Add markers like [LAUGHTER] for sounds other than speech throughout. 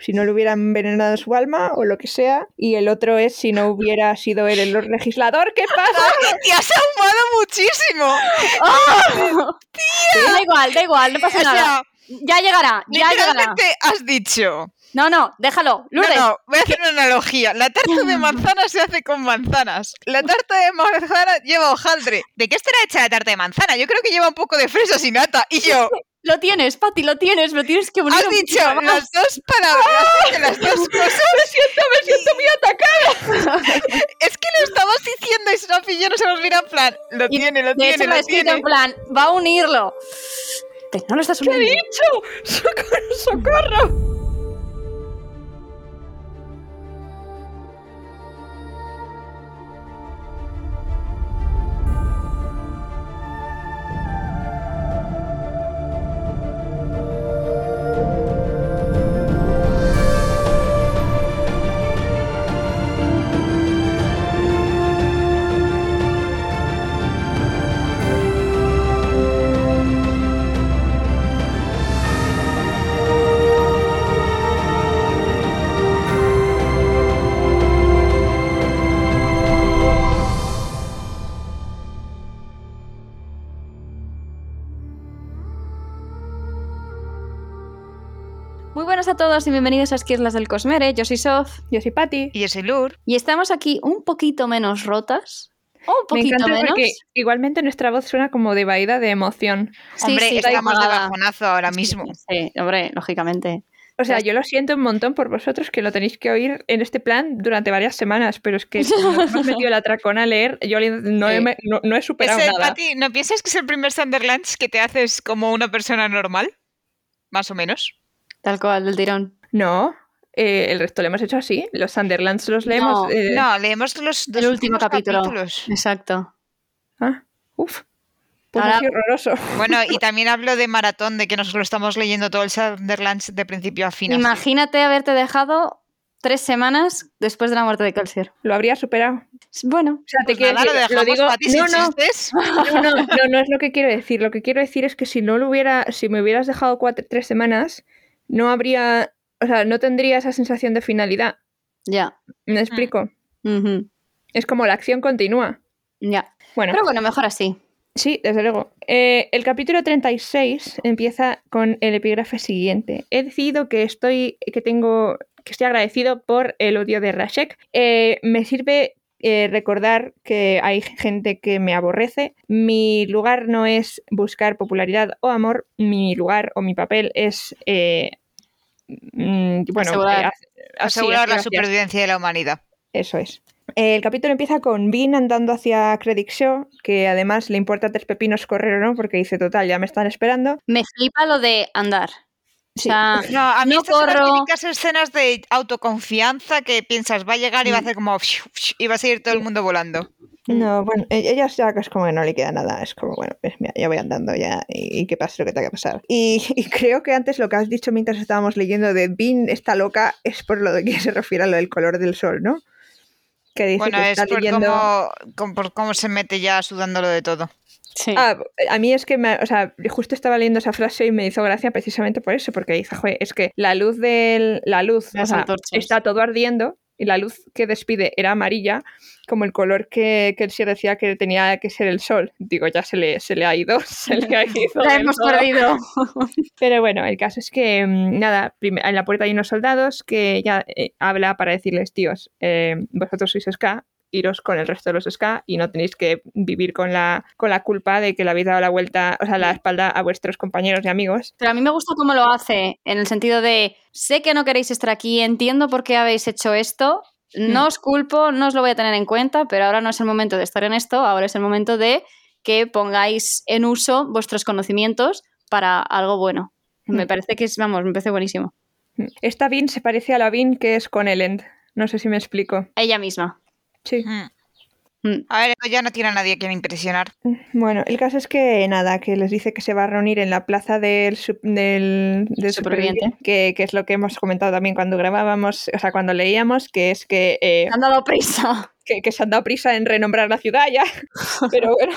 si no le hubiera envenenado su alma o lo que sea. Y el otro es si no hubiera sido él el legislador. ¿Qué pasa? [LAUGHS] ¡Te has ahumado muchísimo! Sí, Da igual, da igual, no pasa O nada. sea, Ya llegará, ya llegará. literalmente has dicho... No, no, déjalo. No, Lourdes, no, voy a hacer una analogía. La tarta de manzana se hace con manzanas. La tarta de manzana lleva hojaldre. ¿De qué estará hecha la tarta de manzana? Yo creo que lleva un poco de fresas y nata. Y [LAUGHS] yo, lo tienes, Pati, lo tienes, lo tienes que unir. has un dicho poquito más. las dos palabras, [LAUGHS] de las dos cosas. Me siento, me siento muy atacada. [LAUGHS] es que lo estabas diciendo y Sofi y yo nos hemos mirado en plan, lo Y tiene, lo De tiene, hecho, lo he lo escrito tiene. en plan, va a unirlo. Pero no lo estás uniendo. ¡Dicho! ¡Socorro, socorro! Muy buenas a todos y bienvenidos a Esquirlas del Cosmere. Yo soy Sof Yo soy Patty. Y ese Lur. y estamos aquí un poquito menos rotas. Un Me poquito encanta menos. porque igualmente nuestra voz suena como de vaída de emoción. Sí, Hombre, sí, está estamos de apagada. bajonazo ahora mismo. [LAUGHS] Sí, hombre, lógicamente. O sea, Ya. yo lo siento un montón por vosotros que lo tenéis que oír en este plan durante varias semanas, pero es que como nos hemos metido la tracona a leer, yo [LAUGHS] no, he, Sí. me- no- no he superado Ese, nada. Pati, ¿no piensas que es el primer Sunderlands que te haces como una persona normal? Más o menos. Tal cual, del tirón. No, eh, el resto lo hemos hecho así. Los Sunderlands los leemos. No, eh, No, leemos los dos el último últimos capítulo. capítulos. Exacto. ah, uf. Pues Ahora- ha sido horroroso. Bueno, y también hablo de maratón, de que nos lo estamos leyendo todo el Sunderlands de principio a fin. Pues así. Imagínate haberte dejado tres semanas después de la muerte de Kelsier. Lo habría superado. Bueno, O sea, Pues te quiero nada, lo decir, lo dejamos digo. para ti sin No, no, chistes. No, no, no, no es lo que quiero decir. Lo que quiero decir es que si no lo hubiera, si me hubieras dejado cuatro, tres semanas, no habría, o sea, no tendría esa sensación de finalidad. ya. ¿Me explico? Ujú, Es como la acción continúa. Ya. Bueno, Pero bueno, mejor así. sí, desde luego. Eh, el capítulo 36 empieza con el epígrafe siguiente. He decidido que estoy, que tengo, que estoy agradecido por el odio de Rashek. Eh, me sirve eh, recordar que hay gente que me aborrece. Mi lugar no es buscar popularidad o amor. Mi lugar o mi papel es. eh, mm, bueno, Asegurar- eh, as- así Asegurar es, la gracias. supervivencia de la humanidad. Eso es. El capítulo empieza con Vin andando hacia Credit Show, que además le importa tres pepinos correr o no, porque dice, total, ya me están esperando. Me flipa lo de andar. O Sí. sea, No, a mí No estas son las corro. típicas escenas de autoconfianza que piensas, va a llegar y va a hacer como... [LAUGHS] Y va a seguir todo el mundo volando. mm. No, bueno, e- ella ya es como que no le queda nada, es como, bueno, pues mira, ya voy andando ya y, y que pase lo que tenga que pasar. Y, [LAUGHS] y creo que antes lo que has dicho mientras estábamos leyendo de Vin está loca es por lo de que se refiere a lo del color del sol, ¿no? Que dice Bueno, que es está por leyendo... cómo, com- por cómo se mete ya sudándolo de todo. sí. Ah, a mí es que, me, o sea, justo estaba leyendo esa frase y me hizo gracia precisamente por eso, porque dice, "Joder, es que la luz del, la luz, Las o sea, antorchas. está todo ardiendo y la luz que despide era amarilla, como el color que, que él sí decía que tenía que ser el sol. Digo, ya se le, se le ha ido, [LAUGHS] se le ha ido. la del hemos todo. [LAUGHS] perdido. Pero bueno, el caso es que, mm, nada, prim- en la puerta hay unos soldados que ya eh, habla para decirles, tíos, eh, vosotros sois SK, iros con el resto de los SK y no tenéis que vivir con la, con la culpa de que le habéis dado la vuelta, o sea, la espalda a vuestros compañeros y amigos. Pero a mí me gusta cómo lo hace, en el sentido de, sé que no queréis estar aquí, entiendo por qué habéis hecho esto, no Mm. os culpo, no os lo voy a tener en cuenta, pero ahora no es el momento de estar en esto, ahora es el momento de que pongáis en uso vuestros conocimientos para algo bueno. Me Mm. parece que es, vamos, me parece buenísimo. Esta Vin se parece a la Vin que es con Elend. No sé si me explico. Ella misma. Sí. Mm. Mm. A ver, esto ya no tiene a nadie a quien impresionar. Bueno, el caso es que nada, que les dice que se va a reunir en la plaza del, sup- del, del Superviviente. superviviente, que, que es lo que hemos comentado también cuando grabábamos, o sea, cuando leíamos, que es que, eh, Han dado prisa. que, que se han dado prisa en renombrar la ciudad [LAUGHS] ya, pero bueno.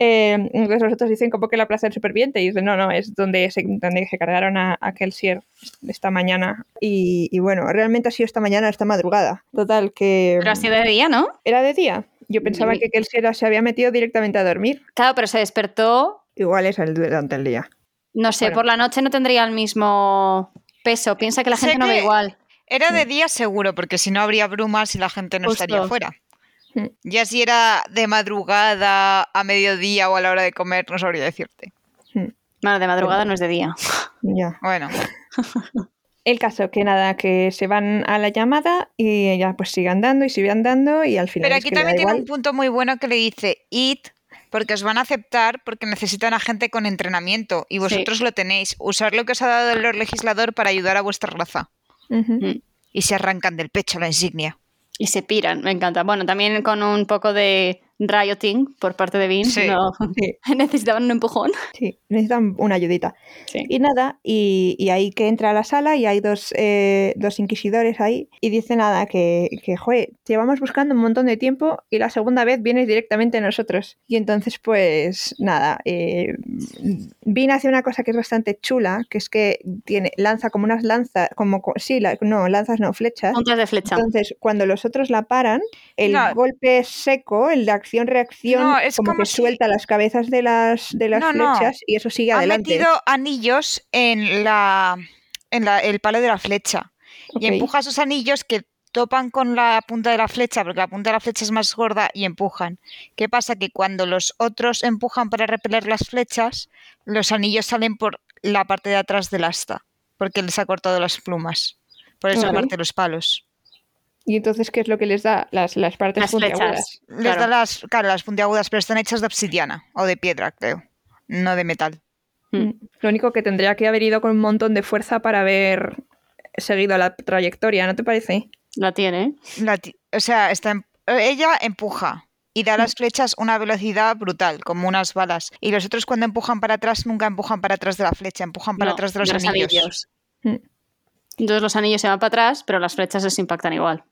Eh, entonces los otros dicen como que la plaza del superviviente y dicen no, no, es donde se, donde se cargaron a, a Kelsier esta mañana y, y bueno, realmente ha sido esta mañana, esta madrugada. Total, que Pero ha sido de día, ¿no? era de día. Yo pensaba Y- que Kelsier se había metido directamente a dormir. Claro, pero se despertó. Igual es el durante el día. No sé, Bueno. por la noche no tendría el mismo peso. Piensa que la Sé gente no ve que- igual. Era de día seguro, porque si no habría brumas y la gente no estaría Justo. fuera. Hmm. Ya si era de madrugada, a mediodía o a la hora de comer, no sabría decirte. Bueno, de madrugada no es de día. Ya. Bueno, El caso, que nada, que se van a la llamada y ella pues sigue andando y sigue andando y al final. pero es aquí que le da también tiene un igual. punto muy bueno que le dice IT, porque os van a aceptar porque necesitan a gente con entrenamiento y vosotros lo tenéis. Usar lo que os ha dado el Lord Legislador para ayudar a vuestra raza. Ujú. Y se arrancan del pecho la insignia. Y se piran, me encanta. Bueno, también con un poco de rioting por parte de Vin. Sí. no- Sí, [LAUGHS] Necesitaban un empujón. sí, necesitan una ayudita. Sí. Y nada, y, y ahí que entra a la sala y hay dos, eh, dos inquisidores ahí y dice nada, que, que joe, llevamos buscando un montón de tiempo y la segunda vez vienes directamente a nosotros. Y entonces, pues nada, eh, Vin hace una cosa que es bastante chula, que es que tiene, lanza como unas lanzas, como, co- sí, la- no, lanzas no, Ah. flechas. Puntas de flecha. Entonces, cuando los otros la paran, el No. golpe es seco, el de acción-reacción, No, es como, como que si- suelta las cabezas de las, de las No, no. flechas y eso sigue Ha adelante. metido anillos en la en la- el palo de la flecha. Ok. y empuja esos anillos que topan con la punta de la flecha, porque la punta de la flecha es más gorda y empujan. ¿Qué pasa? Que cuando los otros empujan para repeler las flechas, los anillos salen por la parte de atrás del asta, porque les ha cortado las plumas. Por eso Vale. parte los palos. Y entonces, ¿qué es lo que les da? Las, las partes Las puntiagudas. flechas. Les Claro. da las, claro, las puntiagudas, pero están hechas de obsidiana o de piedra, creo, no de metal. Mm. Mm. Lo único que tendría que haber ido con un montón de fuerza para haber seguido la trayectoria, ¿no te parece? La tiene. ¿eh? La ti- o sea, está em- ella empuja y da a las flechas una velocidad brutal, como unas balas. Y los otros cuando empujan para atrás, nunca empujan para atrás de la flecha, empujan para No, atrás de los, anillos. Mm. Entonces los anillos se van para atrás, pero las flechas les impactan igual.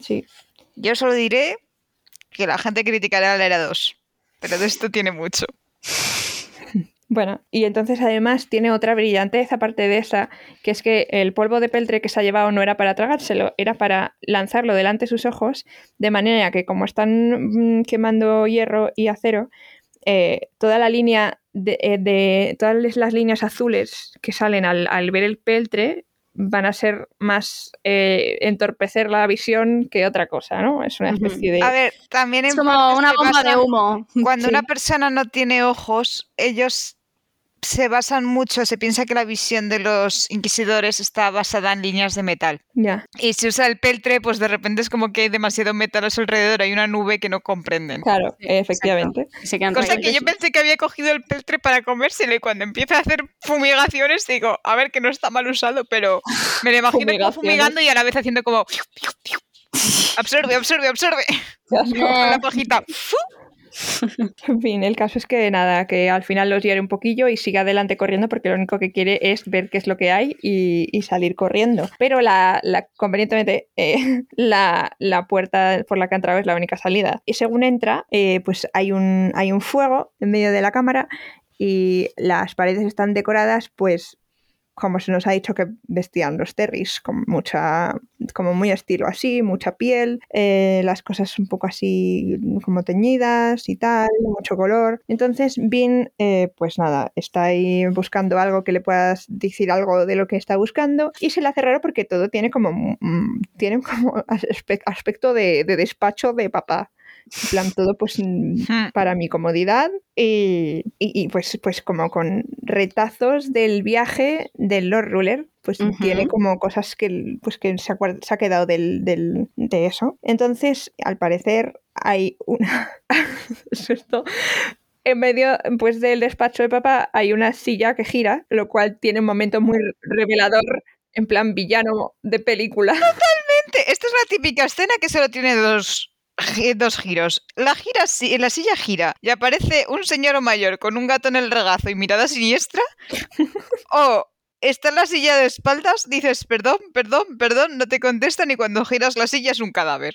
Sí. Yo solo diré que la gente criticará la era 2, pero de esto tiene mucho. Bueno, y entonces además tiene otra brillantez aparte de esa, que es que el polvo de peltre que se ha llevado no era para tragárselo, era para lanzarlo delante de sus ojos, de manera que como están mm, quemando hierro y acero, eh, toda la línea de, eh, de- todas las líneas azules que salen al, al ver el peltre van a ser más eh, entorpecer la visión que otra cosa, ¿no? Es una Ujú. especie de... A ver, también Es en como partes una se bomba de basan- humo. Cuando Eh, Sí. una persona no tiene ojos, ellos se basan mucho, se piensa que la visión de los inquisidores está basada en líneas de metal. Ya, Y si usa el peltre, pues de repente es como que hay demasiado metal a su alrededor, hay una nube que no comprenden. claro, Sí, efectivamente. [LAUGHS] Y se quedan Cosa que rayos. yo pensé que había cogido el peltre para comérselo y cuando empieza a hacer fumigaciones digo, a ver que no está mal usado, pero me lo imagino como Fumigaciones. fumigando y a la vez haciendo como... Absorbe, absorbe, absorbe. Qué asco. [LAUGHS] Con la pajita. [LAUGHS] En fin, el caso es que nada, que al final los hiere un poquillo y sigue adelante corriendo porque lo único que quiere es ver qué es lo que hay y, y salir corriendo. Pero la, la- convenientemente, eh, [LAUGHS] la, la puerta por la que ha entrado es la única salida. Y según entra, eh, pues hay un, hay un fuego en medio de la cámara y las paredes están decoradas, pues como se nos ha dicho que vestían los terris, con mucha, como muy estilo así, mucha piel, eh, las cosas un poco así como teñidas y tal, mucho color. Entonces Vin, eh, pues nada, está ahí buscando algo que le puedas decir algo de lo que está buscando y se le hace raro porque todo tiene como, mm, tiene como [LAUGHS] aspe- aspecto de, de despacho de papá. En plan, todo pues mm, Hmm. para mi comodidad y, y- y, pues, pues como con retazos del viaje del Lord Ruler, pues Ujú. tiene como cosas que, pues que se, acuer- se ha quedado del, del- de eso. Entonces, al parecer, hay una... [LAUGHS] es esto. En medio pues, del despacho de papá hay una silla que gira, lo cual tiene un momento muy revelador, en plan villano de película. Este, Gente, Esta es la típica escena que solo tiene dos gi- dos giros. La, gira, si- la silla gira y aparece un señor mayor con un gato en el regazo y mirada [LAUGHS] siniestra. o está en la silla de espaldas, dices perdón, perdón, perdón, no te contestan y cuando giras la silla es un cadáver.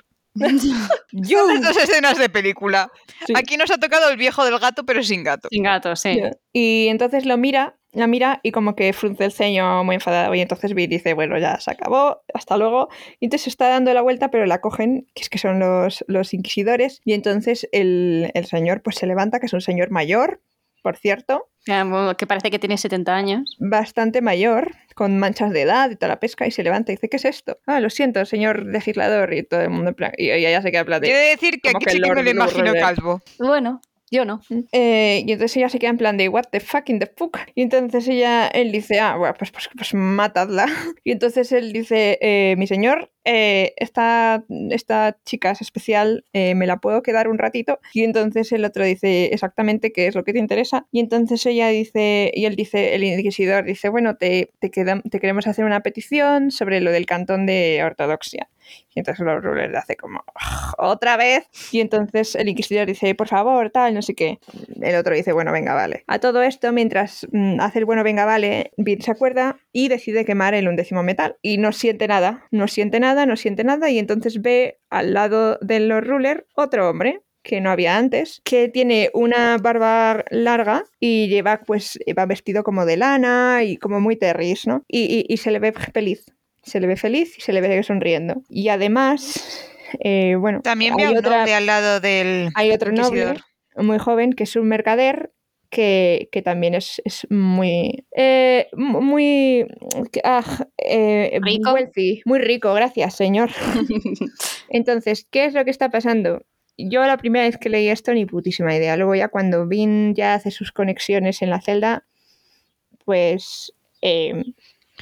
Yo. Las escenas de película. Sí. Aquí nos ha tocado el viejo del gato, pero sin gato. [LAUGHS] Sin gato, sí. Ya. Y entonces lo mira, la mira y como que frunce el ceño muy enfadado. Y entonces Vi dice, bueno, ya se acabó, hasta luego. Y entonces se está dando la vuelta, pero la cogen, que es que son los, los inquisidores. Y entonces el, el señor pues se levanta, que es un señor mayor, por cierto, Ah, bueno, Que parece que tiene 70 años. bastante mayor, con manchas de edad y toda la pesca, y se levanta y dice, ¿qué es esto? Ah, lo siento, señor legislador. Y todo el mundo, en plan- y ella ya se queda en plan de- Quiere decir que Como aquí que sí que Lord me lo Lurrell imagino es. calvo. Bueno, yo [LAUGHS] no. Eh, y entonces ella se queda en plan de what the fucking the fuck. Y entonces ella, él dice, ah, bueno, pues, pues, pues matadla. [LAUGHS] Y entonces él dice, "Eh, mi señor, eh, esta, esta chica es especial, eh, me la puedo quedar un ratito. Y entonces el otro dice exactamente qué es lo que te interesa. Y entonces ella dice, y él dice, el inquisidor dice, bueno, te, te, queda- te queremos hacer una petición sobre lo del cantón de ortodoxia. Y entonces Lord Ruler le hace como, otra vez. Y entonces el inquisidor dice, por favor, tal, no sé qué. El otro dice, bueno, venga, vale. A todo esto, mientras mm, hace el bueno, venga, vale, Bill se acuerda y decide quemar el undécimo metal. Y no siente nada, no siente nada, no siente nada. Y entonces ve al lado de los ruler otro hombre que no había antes, que tiene una barba larga y lleva, pues, va vestido como de lana y como muy terris, ¿no? Y- y- y se le ve feliz. Se le ve feliz y se le ve sonriendo. Y además, eh, bueno, También hay, veo un otra- hombre al lado del. hay otro noble inquisidor. muy joven que es un mercader que, que también es, es muy eh, mu- muy que- ah, eh, Rico. wealthy, muy rico, gracias señor. Entonces, ¿qué es lo que está pasando? Yo la primera vez que leí esto ni putísima idea. Luego ya cuando Vin ya hace sus conexiones en la celda, pues... eh,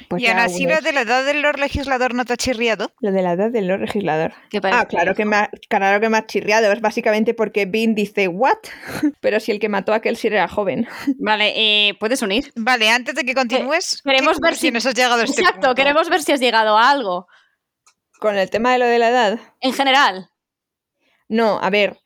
pues y ya aún así, uno lo es- de la edad del Lord Legislador no te ha chirriado. lo de la edad del no legislador. Que parece- Ah, claro que, me ha, claro que me ha chirriado. Es básicamente porque Vin dice, ¿what? [LAUGHS] Pero si el que mató a aquel sí era joven. Vale, eh, puedes unir. Vale, antes de que continúes, ¿qué Eh, queremos ver si- conclusiones has llegado a este Exacto, punto? [LAUGHS] queremos ver si has llegado a algo. Con el tema de lo de la edad. En general. No, a ver.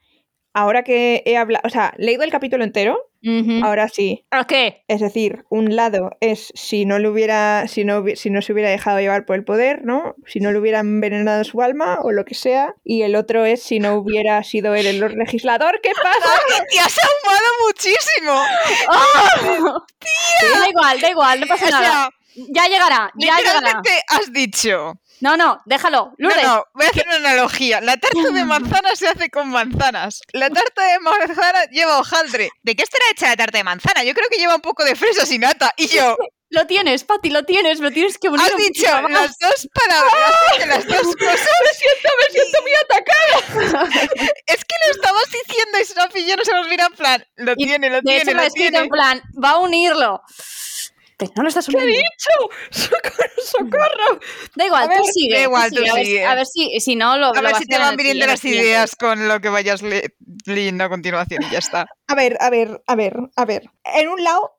Ahora que he hablado, o sea, leído el capítulo entero, Ujú. ahora sí. Ok. Es decir, un lado es si no le hubiera, si no, hubi- si no se hubiera dejado llevar por el poder, ¿no? Si no le hubiera envenenado su alma o lo que sea. Y el otro es si no hubiera sido él el Lord legislador. ¿Qué pasa? [LAUGHS] ¡Te has ahumado muchísimo! Da igual, da igual, [LAUGHS] no pasa o nada. sea, Ya llegará, ya llegará. literalmente has dicho. No, no, déjalo. No, Lourdes, no, voy a hacer una analogía. La tarta [LAUGHS] de manzana se hace con manzanas. La tarta de manzana lleva hojaldre. ¿De qué estará hecha la tarta de manzana? Yo creo que lleva un poco de fresas y nata. Y [LAUGHS] yo, lo tienes, Pati, lo tienes, lo tienes que unir. has un dicho poquito más. las dos [LAUGHS] palabras de las dos cosas. Me siento muy atacada. [LAUGHS] Es que lo estabas diciendo y Sofi y yo nos hemos mirado en plan, lo Y tiene, lo De tiene, hecho, lo he lo escrito tiene. en plan, va a unirlo. Pero no lo estás uniendo. ¡Socorro, socorro! Da igual, A ver, tú sigue. da tú igual, tú sigue, a ver- sigue. A ver si, si no lo. A lo ver vas si te hacer en van el viniendo las siguiente. ideas con lo que vayas le- leyendo a continuación y ya [LAUGHS] está. A ver, a ver, a ver, a ver. En un lado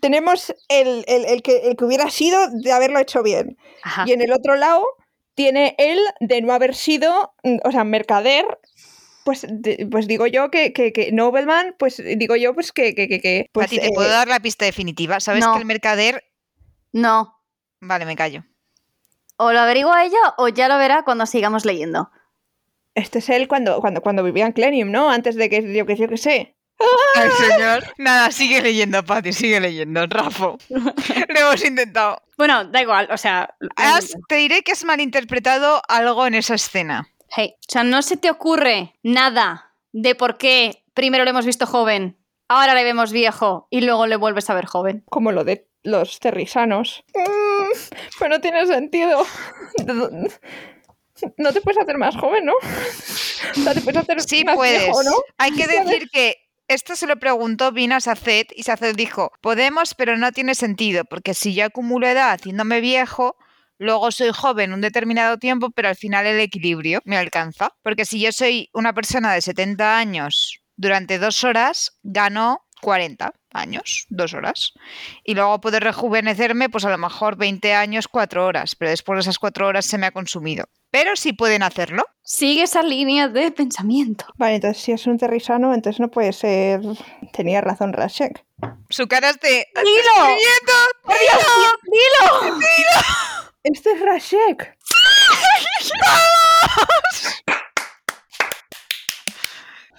tenemos el, el- el que, el que hubiera sido de haberlo hecho bien. Ajá. Ah. Y en el otro lado tiene el de no haber sido, mm, o sea, mercader. Pues, de- pues digo yo que, que, que Nobleman, pues digo yo pues que... que, que, que, pues, a ti te eh, puedo dar la pista definitiva. Sabes no. que el mercader. No. Vale, me callo. O lo averigua ella o ya lo verá cuando sigamos leyendo. Este es él cuando, cuando, cuando vivía en Clenium, ¿no? Antes de que yo que, yo que sé. Ay, señor. Nada, sigue leyendo, Pati, sigue leyendo. [LAUGHS] Rafo. Lo hemos intentado. Bueno, da igual, o sea. Has- te diré que has malinterpretado algo en esa escena. Hey, o sea, no se te ocurre nada de por qué primero lo hemos visto joven, ahora le vemos viejo y luego le vuelves a ver joven. Como lo de los terrisanos. Mm, pues no tiene sentido. No te puedes hacer más joven, ¿no? O sea, te puedes [LAUGHS] hacer Sí, más puedes. viejo, ¿no? Hay [LAUGHS] que ¿Sabes? decir que esto se lo preguntó Vina a Saced y Saced dijo, podemos, pero no tiene sentido, porque si yo acumulo edad haciéndome viejo, luego soy joven un determinado tiempo, pero al final el equilibrio me alcanza. Porque si yo soy una persona de 70 años durante dos horas, gano 40 años, dos horas. Y luego poder rejuvenecerme, pues a lo mejor 20 años, cuatro horas. Pero después de esas cuatro horas se me ha consumido. Pero sí pueden hacerlo. Sigue esa línea de pensamiento. Vale, entonces si es un terrisano, entonces no puede ser. Tenía razón Rashek. Su cara es de. [LAUGHS] ¡Dilo! ¡Dilo! [LAUGHS] ¡Dilo! ¡Este es Rashek!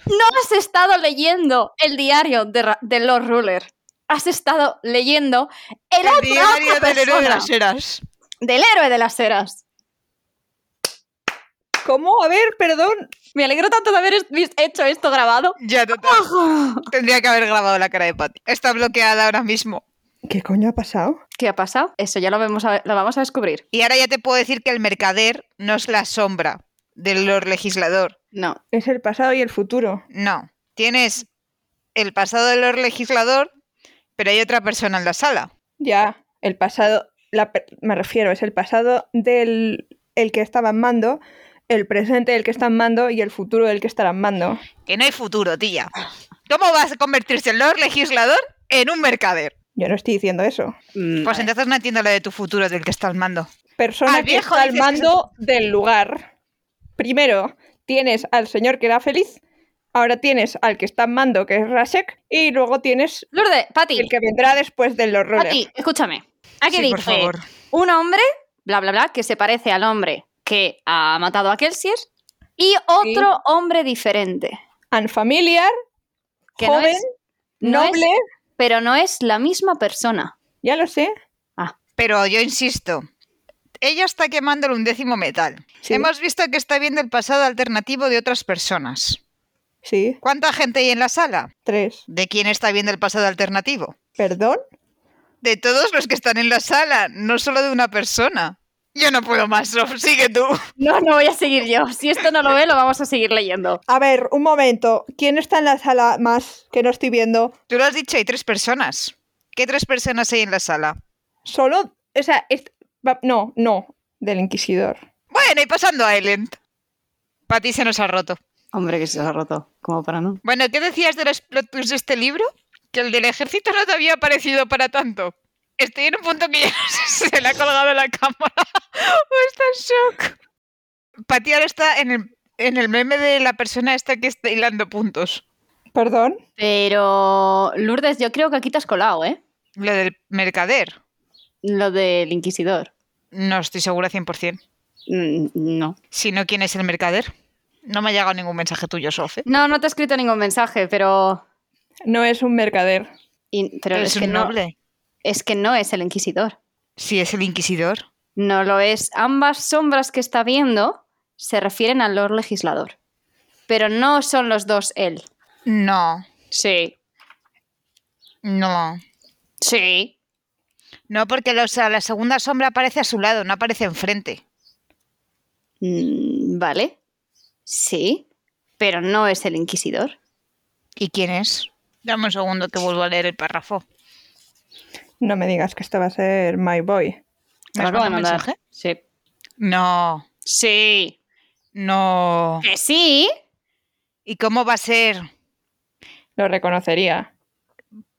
No has estado leyendo el diario de, Ra- de Lord Ruler. Has estado leyendo el, El otro- diario otra del héroe de persona, las eras. del héroe de las eras. ¿Cómo? A ver, perdón. Me alegro tanto de haber es- vis- hecho esto grabado. Ya, total. Ah. Tendría que haber grabado la cara de Patty. Está bloqueada ahora mismo. ¿Qué coño ha pasado? ¿Qué ha pasado? Eso ya lo, vemos a- lo vamos a descubrir. Y ahora ya te puedo decir que el mercader no es la sombra del Lord Legislador. No. Es el pasado y el futuro. No. Tienes el pasado del Lord Legislador, pero hay otra persona en la sala. Ya, el pasado, la per- me refiero, es el pasado del el que estaba en mando, el presente del que está en mando y el futuro del que estará en mando. Que no hay futuro, tía. ¿Cómo vas a convertirse el Lord Legislador en un mercader? Yo no estoy diciendo eso. Mm, Pues vale. entonces no entiendo lo de tu futuro del que está al mando. Persona Ah, Al que viejo está al dices que mando del lugar. Primero tienes al señor que era feliz, ahora tienes al que está en mando, que es Rasek, y luego tienes Lourdes, Pati, el que vendrá después del Lord Ruler. Pati, escúchame. ¿A qué Sí, dice? por favor. un hombre, bla, bla, bla, que se parece al hombre que ha matado a Kelsier y otro hombre diferente. Unfamiliar, Que no joven, es- No es- noble, pero no es la misma persona. ya lo sé. Pero yo insisto, ella está quemando el undécimo metal. Sí. Hemos visto que está viendo el pasado alternativo de otras personas. Sí, ¿Cuánta gente hay en la sala? tres. ¿De quién está viendo el pasado alternativo? ¿Perdón? De todos los que están en la sala, no solo de una persona. Yo no puedo más, Sof, sigue tú. No, no voy a seguir yo. Si esto no lo ve, lo vamos a seguir leyendo. A ver, un momento. ¿Quién está en la sala más que no estoy viendo? Tú lo has dicho, hay tres personas. ¿Qué tres personas hay en la sala? Solo. O sea, es- va- no, no, del Inquisidor. Bueno, y pasando a Elend. Pati se nos ha roto. Hombre, que se ha roto. Como para no. Bueno, ¿qué decías de los plot twists de este libro? Que el del ejército no te había parecido para tanto. Estoy en un punto que ya [LAUGHS] no sé si se le ha colgado la cámara [LAUGHS] o está en shock. Pati ahora está en el, en el meme de la persona esta que está hilando puntos. ¿Perdón? Pero, Lourdes, yo creo que aquí te has colado, ¿eh? Lo del mercader. Lo del inquisidor. No estoy segura 100%. Mm, No. Si no, ¿quién es el mercader? No me ha llegado ningún mensaje tuyo, Sofe. No, no te he escrito ningún mensaje, pero... No es un mercader. y- pero es, es que un no, noble. es que no es el inquisidor. Si es el inquisidor. No lo es. Ambas sombras que está viendo se refieren al Lord Legislador. Pero no son los dos él. No, Sí. no. Sí. No, porque la- o sea, la segunda sombra aparece a su lado, no aparece enfrente. Mm, vale. Sí. Pero no es el Inquisidor. ¿Y quién es? Dame un segundo que vuelvo a leer el párrafo. No me digas que esto va a ser My Boy. ¿Me Te lo has acabo de mandado mandar. mensaje? Sí. No, Sí. no. Que sí. ¿Y cómo va a ser? Lo [LAUGHS] reconocería.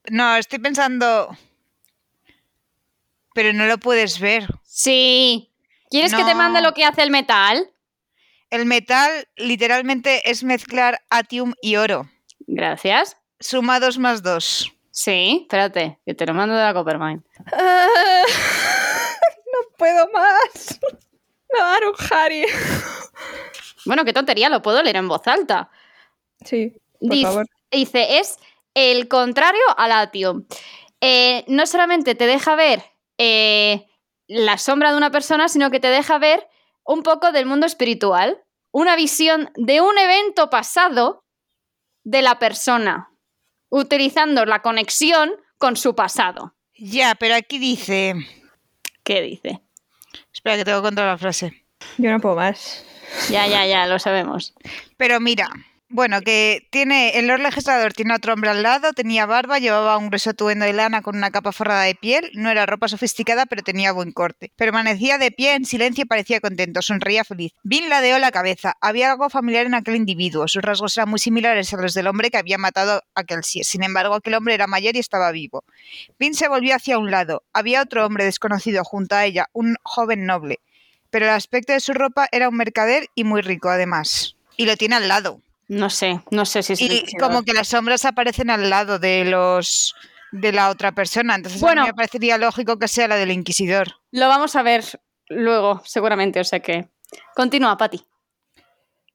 No, estoy pensando... Pero no lo puedes ver. Sí. ¿Quieres que te No. mande lo que hace el metal? El metal literalmente es mezclar atium y oro. Gracias. Suma 2 más 2. Sí. Espérate, que te lo mando de la Coppermine. Ah, no puedo más. Me va a dar un Harry. Bueno, qué tontería, lo puedo leer en voz alta. Sí, por Dice- favor. Dice, es el contrario al atio. Eh, no solamente te deja ver eh, la sombra de una persona, sino que te deja ver un poco del mundo espiritual, una visión de un evento pasado de la persona, utilizando la conexión con su pasado. Ya, pero aquí dice... ¿Qué dice? Espera que tengo que contar la frase. Yo no puedo más. Ya, ya, ya, lo sabemos. Pero mira, Bueno, que tiene el Lord Legislador tiene otro hombre al lado, tenía barba, llevaba un grueso atuendo de lana con una capa forrada de piel, no era ropa sofisticada, pero tenía buen corte. Permanecía de pie en silencio y parecía contento, sonreía feliz. Bill ladeó la cabeza. Había algo familiar en aquel individuo. Sus rasgos eran muy similares a los del hombre que había matado a Kelsier. Sin embargo, aquel hombre era mayor y estaba vivo. Bill se volvió hacia un lado. Había otro hombre desconocido junto a ella, un joven noble. Pero el aspecto de su ropa era un mercader y muy rico, además. Y lo tiene al lado. No sé, no sé si es Y Legislador. como que las sombras aparecen al lado de los de la otra persona, entonces Bueno. a mí me parecería lógico que sea la del inquisidor. Lo vamos a ver luego, seguramente, o sea que. Continúa, Patti.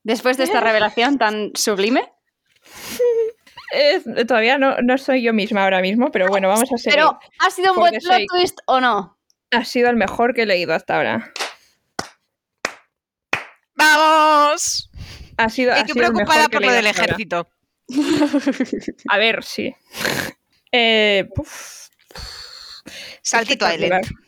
Después ¿Eh? de esta revelación tan sublime. Es- todavía no, no soy yo misma ahora mismo, pero bueno, vamos a seguir. Pero, ¿ha sido un buen Porque plot soy- twist o [LAUGHS] no? Ha sido el mejor que he leído hasta ahora. ¡Vamos! Ha sido, ha Estoy sido el preocupada mejor que he por lo leído del hasta ahora. ejército. A ver, sí. Eh, puf. Saltito Espectacular. Island.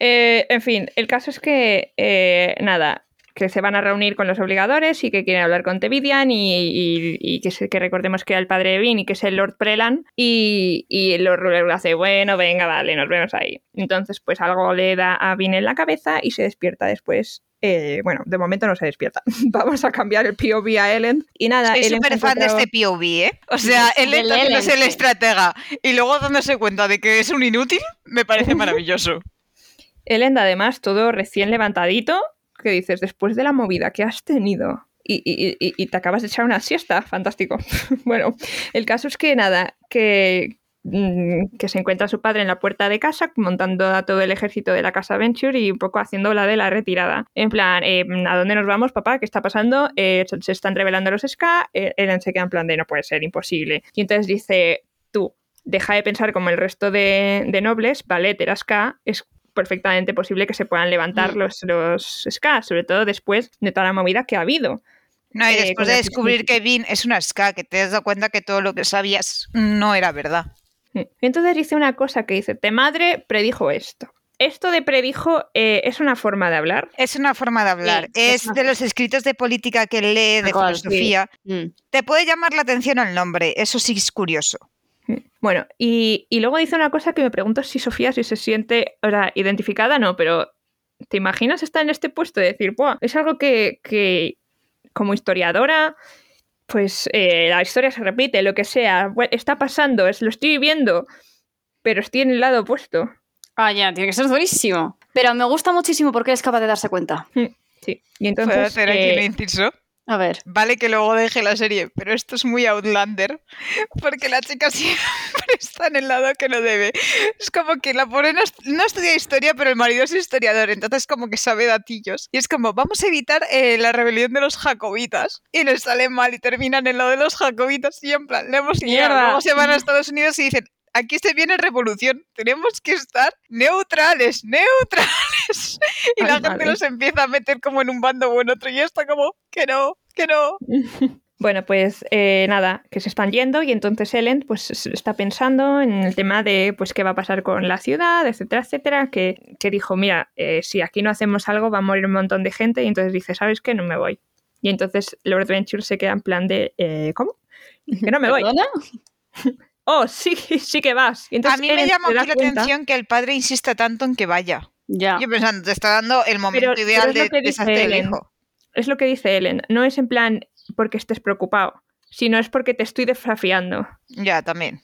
Eh, en fin, el caso es que, eh, nada, que se van a reunir con los obligadores y que quieren hablar con Tevidian y, y- y que, se- que recordemos que era el padre de Vin y que es el Lord Prelan. Y, y el Lord Ruler le hace, bueno, venga, vale, nos vemos ahí. Entonces, pues algo le da a Vin en la cabeza y se despierta después. Eh, bueno, de momento no se despierta. [LAUGHS] Vamos a cambiar el POV a Ellen. Y nada, Soy Ellen se ha súper fan de encontrado- este POV, ¿eh? O sea, él Del entonces es Ellen, el sí. estratega y luego dándose cuenta de que es un inútil, [LAUGHS] me parece maravilloso. Elend, además, todo recién levantadito, que dices, después de la movida que has tenido y, y- y- y te acabas de echar una siesta, fantástico. [LAUGHS] bueno, el caso es que nada, que, mm, que se encuentra su padre en la puerta de casa, montando a todo el ejército de la casa Venture y un poco haciendo la de la retirada. En plan, eh, ¿a dónde nos vamos, papá? ¿Qué está pasando? Eh, se- se están revelando los SK. Eh, Elend se queda en plan de no puede ser, imposible. Y entonces dice, tú. Deja de pensar como el resto de, de nobles, ¿vale? Teraska es perfectamente posible que se puedan levantar Mm. los, los SK, sobre todo después de toda la movida que ha habido. No, y Eh, después con de la descubrir justicia. que Vin es una ska, que te has dado cuenta que todo lo que sabías no era verdad. Y entonces dice una cosa que dice, te madre predijo esto. Esto de predijo eh, es una forma de hablar. Es una forma de hablar. Sí, es es una de los escritos de política que lee, de Igual, sí. filosofía. Mm. Te puede llamar la atención el nombre, eso sí es curioso. Bueno, y, y luego dice una cosa que me pregunto si Sofía si se siente o sea, identificada, no, pero ¿te imaginas estar en este puesto de decir, Buah, es algo que, que como historiadora, pues eh, la historia se repite, lo que sea, bu- está pasando, es, lo estoy viviendo, pero estoy en el lado opuesto. Ah, ya, tiene que ser durísimo. Pero me gusta muchísimo porque es capaz de darse cuenta. Sí, y ¿Puedo entonces... hacer aquí eh, un inciso? A ver. Vale que luego deje la serie, pero esto es muy Outlander, porque la chica [LAUGHS] siempre está en el lado que no debe. Es como que la pobre no, est- no estudia historia, pero el marido es historiador, entonces como que sabe datillos. Y es como, vamos a evitar eh, la rebelión de los jacobitas. Y les sale mal y terminan en lo de los jacobitas y en plan, le hemos liado. Mierda. Luego se van a Estados Unidos y dicen, aquí se viene revolución, tenemos que estar neutrales, [LAUGHS] neutrales. Y Ay, la gente madre. los empieza a meter como en un bando o en otro y está como, que no, que no. Bueno, pues eh, nada, que se están yendo y entonces Ellen pues s- está pensando en el tema de pues qué va a pasar con la ciudad, etcétera, etcétera, que, que dijo, mira, eh, si aquí no hacemos algo va a morir un montón de gente y entonces dice, ¿sabes qué? No me voy. Y entonces Lord Venture se queda en plan de, eh, ¿cómo? Que [LAUGHS] no me voy. ¿Perdona? Oh, sí, [LAUGHS] sí que vas. Y entonces a mí me Ellen llama se da aquí la cuenta- Ah. atención que el padre insista tanto en que vaya. Ya. Yo pensando, te está dando el momento Pero- ideal pero es lo que de dice ¿eh? deshacerte el Ellen. hijo. Es lo que dice Ellen, no es en plan porque estés preocupado, sino es porque te estoy desafiando. Ya, también.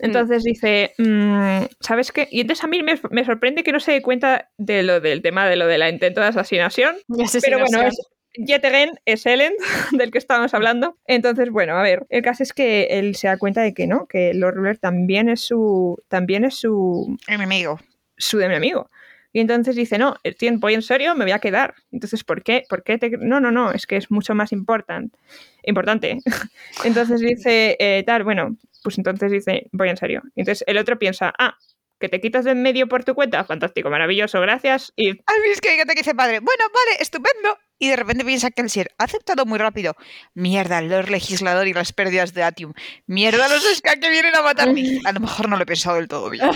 Entonces dice, mm, ¿sabes qué? Y entonces a mí me, me sorprende que no se dé cuenta de lo del tema de lo de la intento de asesinación. Ya sé si Pero no bueno, sé. es, yet again es Ellen [LAUGHS] del que estábamos hablando. Entonces, bueno, a ver, el caso es que él se da cuenta de que no, que Lord Ruler también es su, también es su, Enemigo. su enemigo. Y entonces dice, no, eh, tien- voy en serio, me voy a quedar. Entonces, ¿por qué? ¿Por qué te... No, no, no, es que es mucho más important, importante. [LAUGHS] entonces dice, eh, tal, bueno, pues entonces dice, voy en serio. Y entonces el otro piensa, ah, que te quitas de en medio por tu cuenta, fantástico, maravilloso, gracias. Y A mí es que hay gente que dice padre, bueno, vale, estupendo. Y de repente piensa que el SIR ha aceptado muy rápido. Mierda, el Lord Legislador y las pérdidas de Atium. Mierda, [LAUGHS] los SK que vienen a matarme. A lo mejor no lo he pensado del todo bien.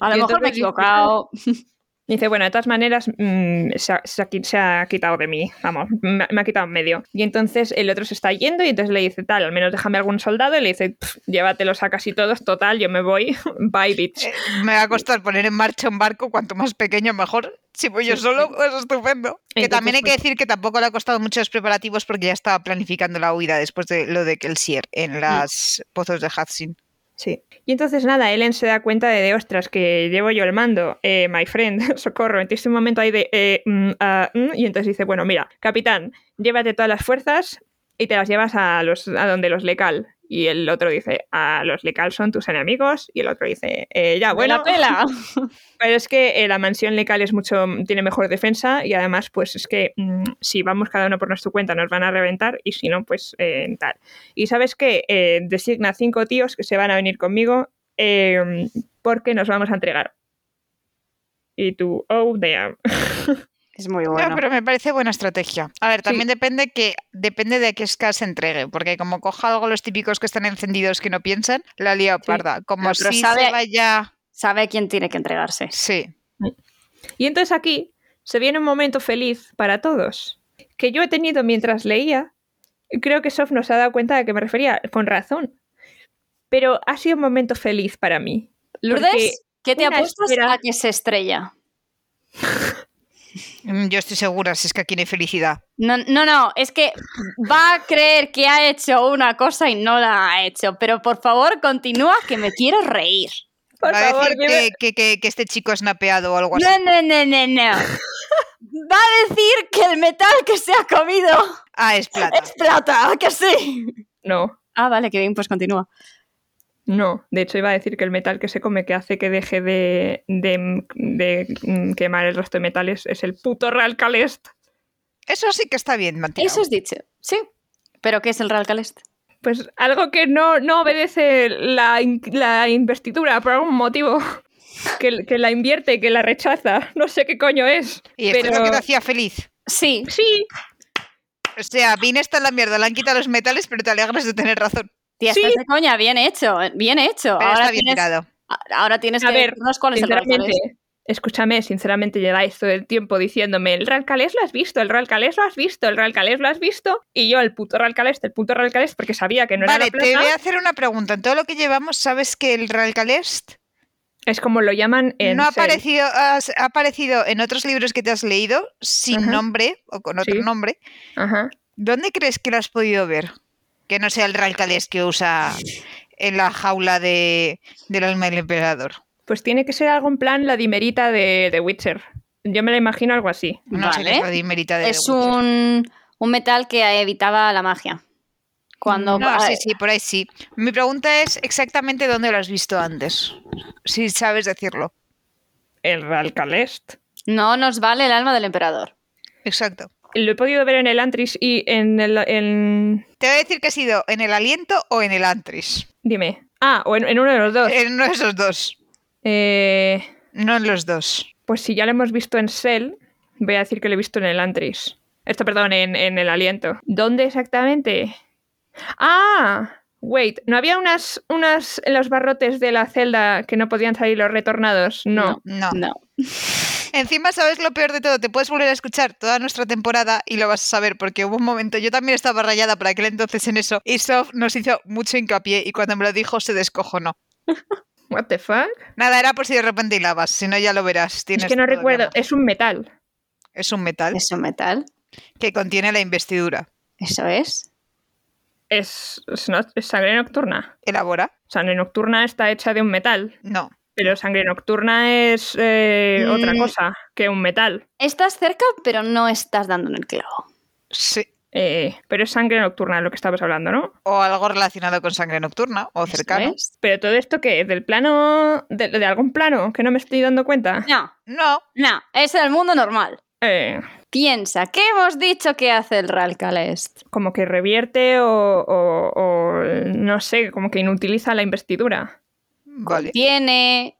A lo Y mejor me he entonces ah, dice, equivocado. Dice, bueno, de todas maneras, mm, se, ha, se ha qui- se ha quitado de mí, vamos, me, me ha quitado en medio. Y entonces el otro se está yendo y entonces le dice, tal, al menos déjame algún soldado y le dice, "Pf, llévatelos a casi todos, total, yo me voy, [LAUGHS] bye bitch. Eh, Me va a costar poner en marcha un barco, cuanto más pequeño mejor. Si voy yo Sí, solo, pues estupendo. que Entonces, también hay que pues- decir que tampoco le ha costado muchos preparativos porque ya estaba planificando la huida después de lo de Kelsier Mm. en las pozos de Hudson. Sí. Y entonces nada, Ellen se da cuenta de, de ostras, que llevo yo el mando, eh, my friend, [LAUGHS] socorro. Entonces un momento ahí de, eh, mm, ah, mm, y entonces dice, bueno, mira, capitán, llévate todas las fuerzas y te las llevas a, los, a donde los lecal. Y el otro dice, a los lecal son tus enemigos. Y el otro dice, eh, ya, Me bueno, la [LAUGHS] pela. pero es que eh, la mansión lecal es mucho, mm, tiene mejor defensa y además, pues es que mm, si vamos cada uno por nuestra cuenta nos van a reventar y si no, pues eh, tal. Y sabes que designa cinco tíos que se van a venir conmigo eh, porque nos vamos a entregar. Y tú, oh, damn. Es muy No, bueno. pero me parece buena estrategia. A ver, también depende que depende de qué SK se entregue, porque como coja algo los típicos que están encendidos que no piensan, la lía parda. Como No, pero si sabe- se vaya... Sabe quién tiene que entregarse. Sí. Y entonces aquí se viene un momento feliz para todos que yo he tenido mientras leía. y Creo que Sof nos ha dado cuenta de que me refería con razón. Pero ha sido un momento feliz para mí. Lourdes, Porque ¿qué te una apuestas espera- a que se estrella? Mm, Yo estoy segura, si es que aquí no hay felicidad. No, no, no, es que va a creer que ha hecho una cosa y no la ha hecho. Pero por favor, continúa que me quiero reír. Por Va a favor, decir dime- que, que- que- que este chico es napeado o algo así. No, no, no, no, no. Va a decir que el metal que se ha comido Ah, es plata. es plata, ¿a que sí? No, Ah, vale, que bien, pues continúa. no. De hecho, iba a decir que el metal que se come que hace que deje de, de- de, mm, quemar el resto de metales es el puto Real Calest. Eso sí que está bien, Mateo. Eso es dicho, sí. ¿Pero qué es el Real Calest? Pues algo que no, no obedece la, in- la investidura por algún motivo. [LAUGHS] Que, que la invierte, que la rechaza. No sé qué coño es. Y esto es lo que pero- te hacía feliz. Sí, Sí, O sea, Vin está en la mierda, le han quitado los metales, pero te alegras de tener razón. tía, Sí. estás de coña, bien hecho, bien hecho. Pero Ahora está bien tienes, tirado. a- ahora tienes A que ver, decirnos cuál es el Real Calest. sinceramente. Escúchame, sinceramente lleváis todo el tiempo diciéndome el Real Calés lo has visto, el Real Calés lo has visto, el Real Calés lo has visto y yo el puto Real Calés, el puto Real Calés porque sabía que no era Vale, la te plata. voy a hacer una pregunta. En todo lo que llevamos, ¿sabes que el Real Calest Es como lo llaman en no ha serie. aparecido, has- ha aparecido en otros libros que te has leído sin Ajá. nombre o con otro Sí. nombre? Ajá. ¿Dónde crees que lo has podido ver? Que no sea el Real Calest que usa en la jaula de, del alma del emperador. Pues tiene que ser algo en plan la dimerita de The Witcher. Yo me la imagino algo así. No sé qué Vale. es la dimerita de Es The Witcher. un, un metal que evitaba la magia. Cuando No, ah, sí, sí, por ahí sí. Mi pregunta es exactamente dónde lo has visto antes, si sabes decirlo. El Real Calest. no nos vale el alma del emperador. Exacto. Lo he podido ver en el Antris y en el... en- Te voy a decir que ha sido en el aliento o en el antris. Dime. Ah, o en, en uno de los dos. En uno de esos dos. Eh, No en los dos. pues si ya lo hemos visto en Cell, voy a decir que lo he visto en el Antris. Esto, perdón, en, en el aliento. ¿Dónde exactamente? Ah, wait, ¿no había unas, unas en los barrotes de la celda que no podían salir los retornados? no. No. No. Encima, ¿sabes lo peor de todo? Te puedes volver a escuchar toda nuestra temporada y lo vas a saber, porque hubo un momento, yo también estaba rayada para aquel entonces en eso, y Sof nos hizo mucho hincapié y cuando me lo dijo se descojonó. What the fuck? Nada, era por si de repente hilabas, si no ya lo verás. Es tienes que no todo el recuerdo, drama. es un metal. Es un metal Es un metal. que contiene la investidura. Eso es. Es, es no- es sangre nocturna. ¿Elabora? Sangre nocturna está hecha de un metal, No. pero sangre nocturna es eh, otra Mm. cosa que un metal. Estás cerca, pero no estás dando en el clavo. Sí. Eh, pero es sangre nocturna lo que estabas hablando, ¿no? O algo relacionado con sangre nocturna o Eso cercano. es. Pero todo esto que es del plano, de, de algún plano, que no me estoy dando cuenta. No, No. no, es el mundo normal. Eh, Piensa, ¿qué hemos dicho que hace el Real Calest? como que revierte o, o- o, no sé, como que inutiliza la investidura. Vale. Tiene,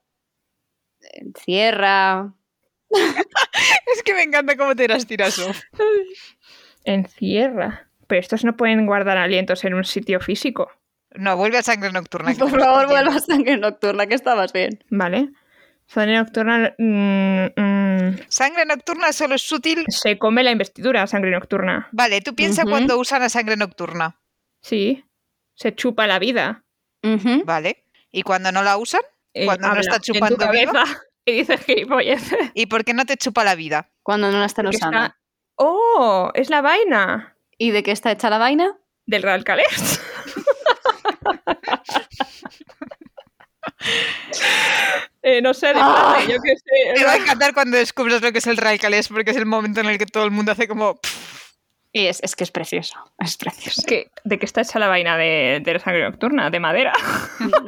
encierra, [LAUGHS] Es que me encanta cómo te las tiras, Sof. Encierra. Pero estos no pueden guardar alientos en un sitio físico, No, vuelve a sangre nocturna. que Por no lo favor, contiene. vuelva a sangre nocturna, que estabas bien. ¿vale? Sangre nocturna mm, mm, Sangre nocturna solo es sutil. se come la investidura, sangre nocturna. Vale, tú piensas Ujú. cuando usan la sangre nocturna. Sí, se chupa la vida. Ujú. Vale. ¿Y cuando no la usan? Eh, Cuando no habla está en tu chupando cabeza [LAUGHS] Y dices gilipollas. ¿Y por qué no te chupa la vida? Cuando no la están Que usando. está- ¡Oh! Es la vaina ¿Y de qué está hecha la vaina? del Real [LAUGHS] Calés. Eh, no sé, de Ah. plata, yo qué sé. Te va a encantar cuando descubres lo que es el Raikales, porque es el momento en el que todo el mundo hace como. "Pff". Y es, es que es precioso. Es precioso. [LAUGHS] ¿Qué- ¿De qué está hecha la vaina de, de la sangre nocturna? ¿De madera?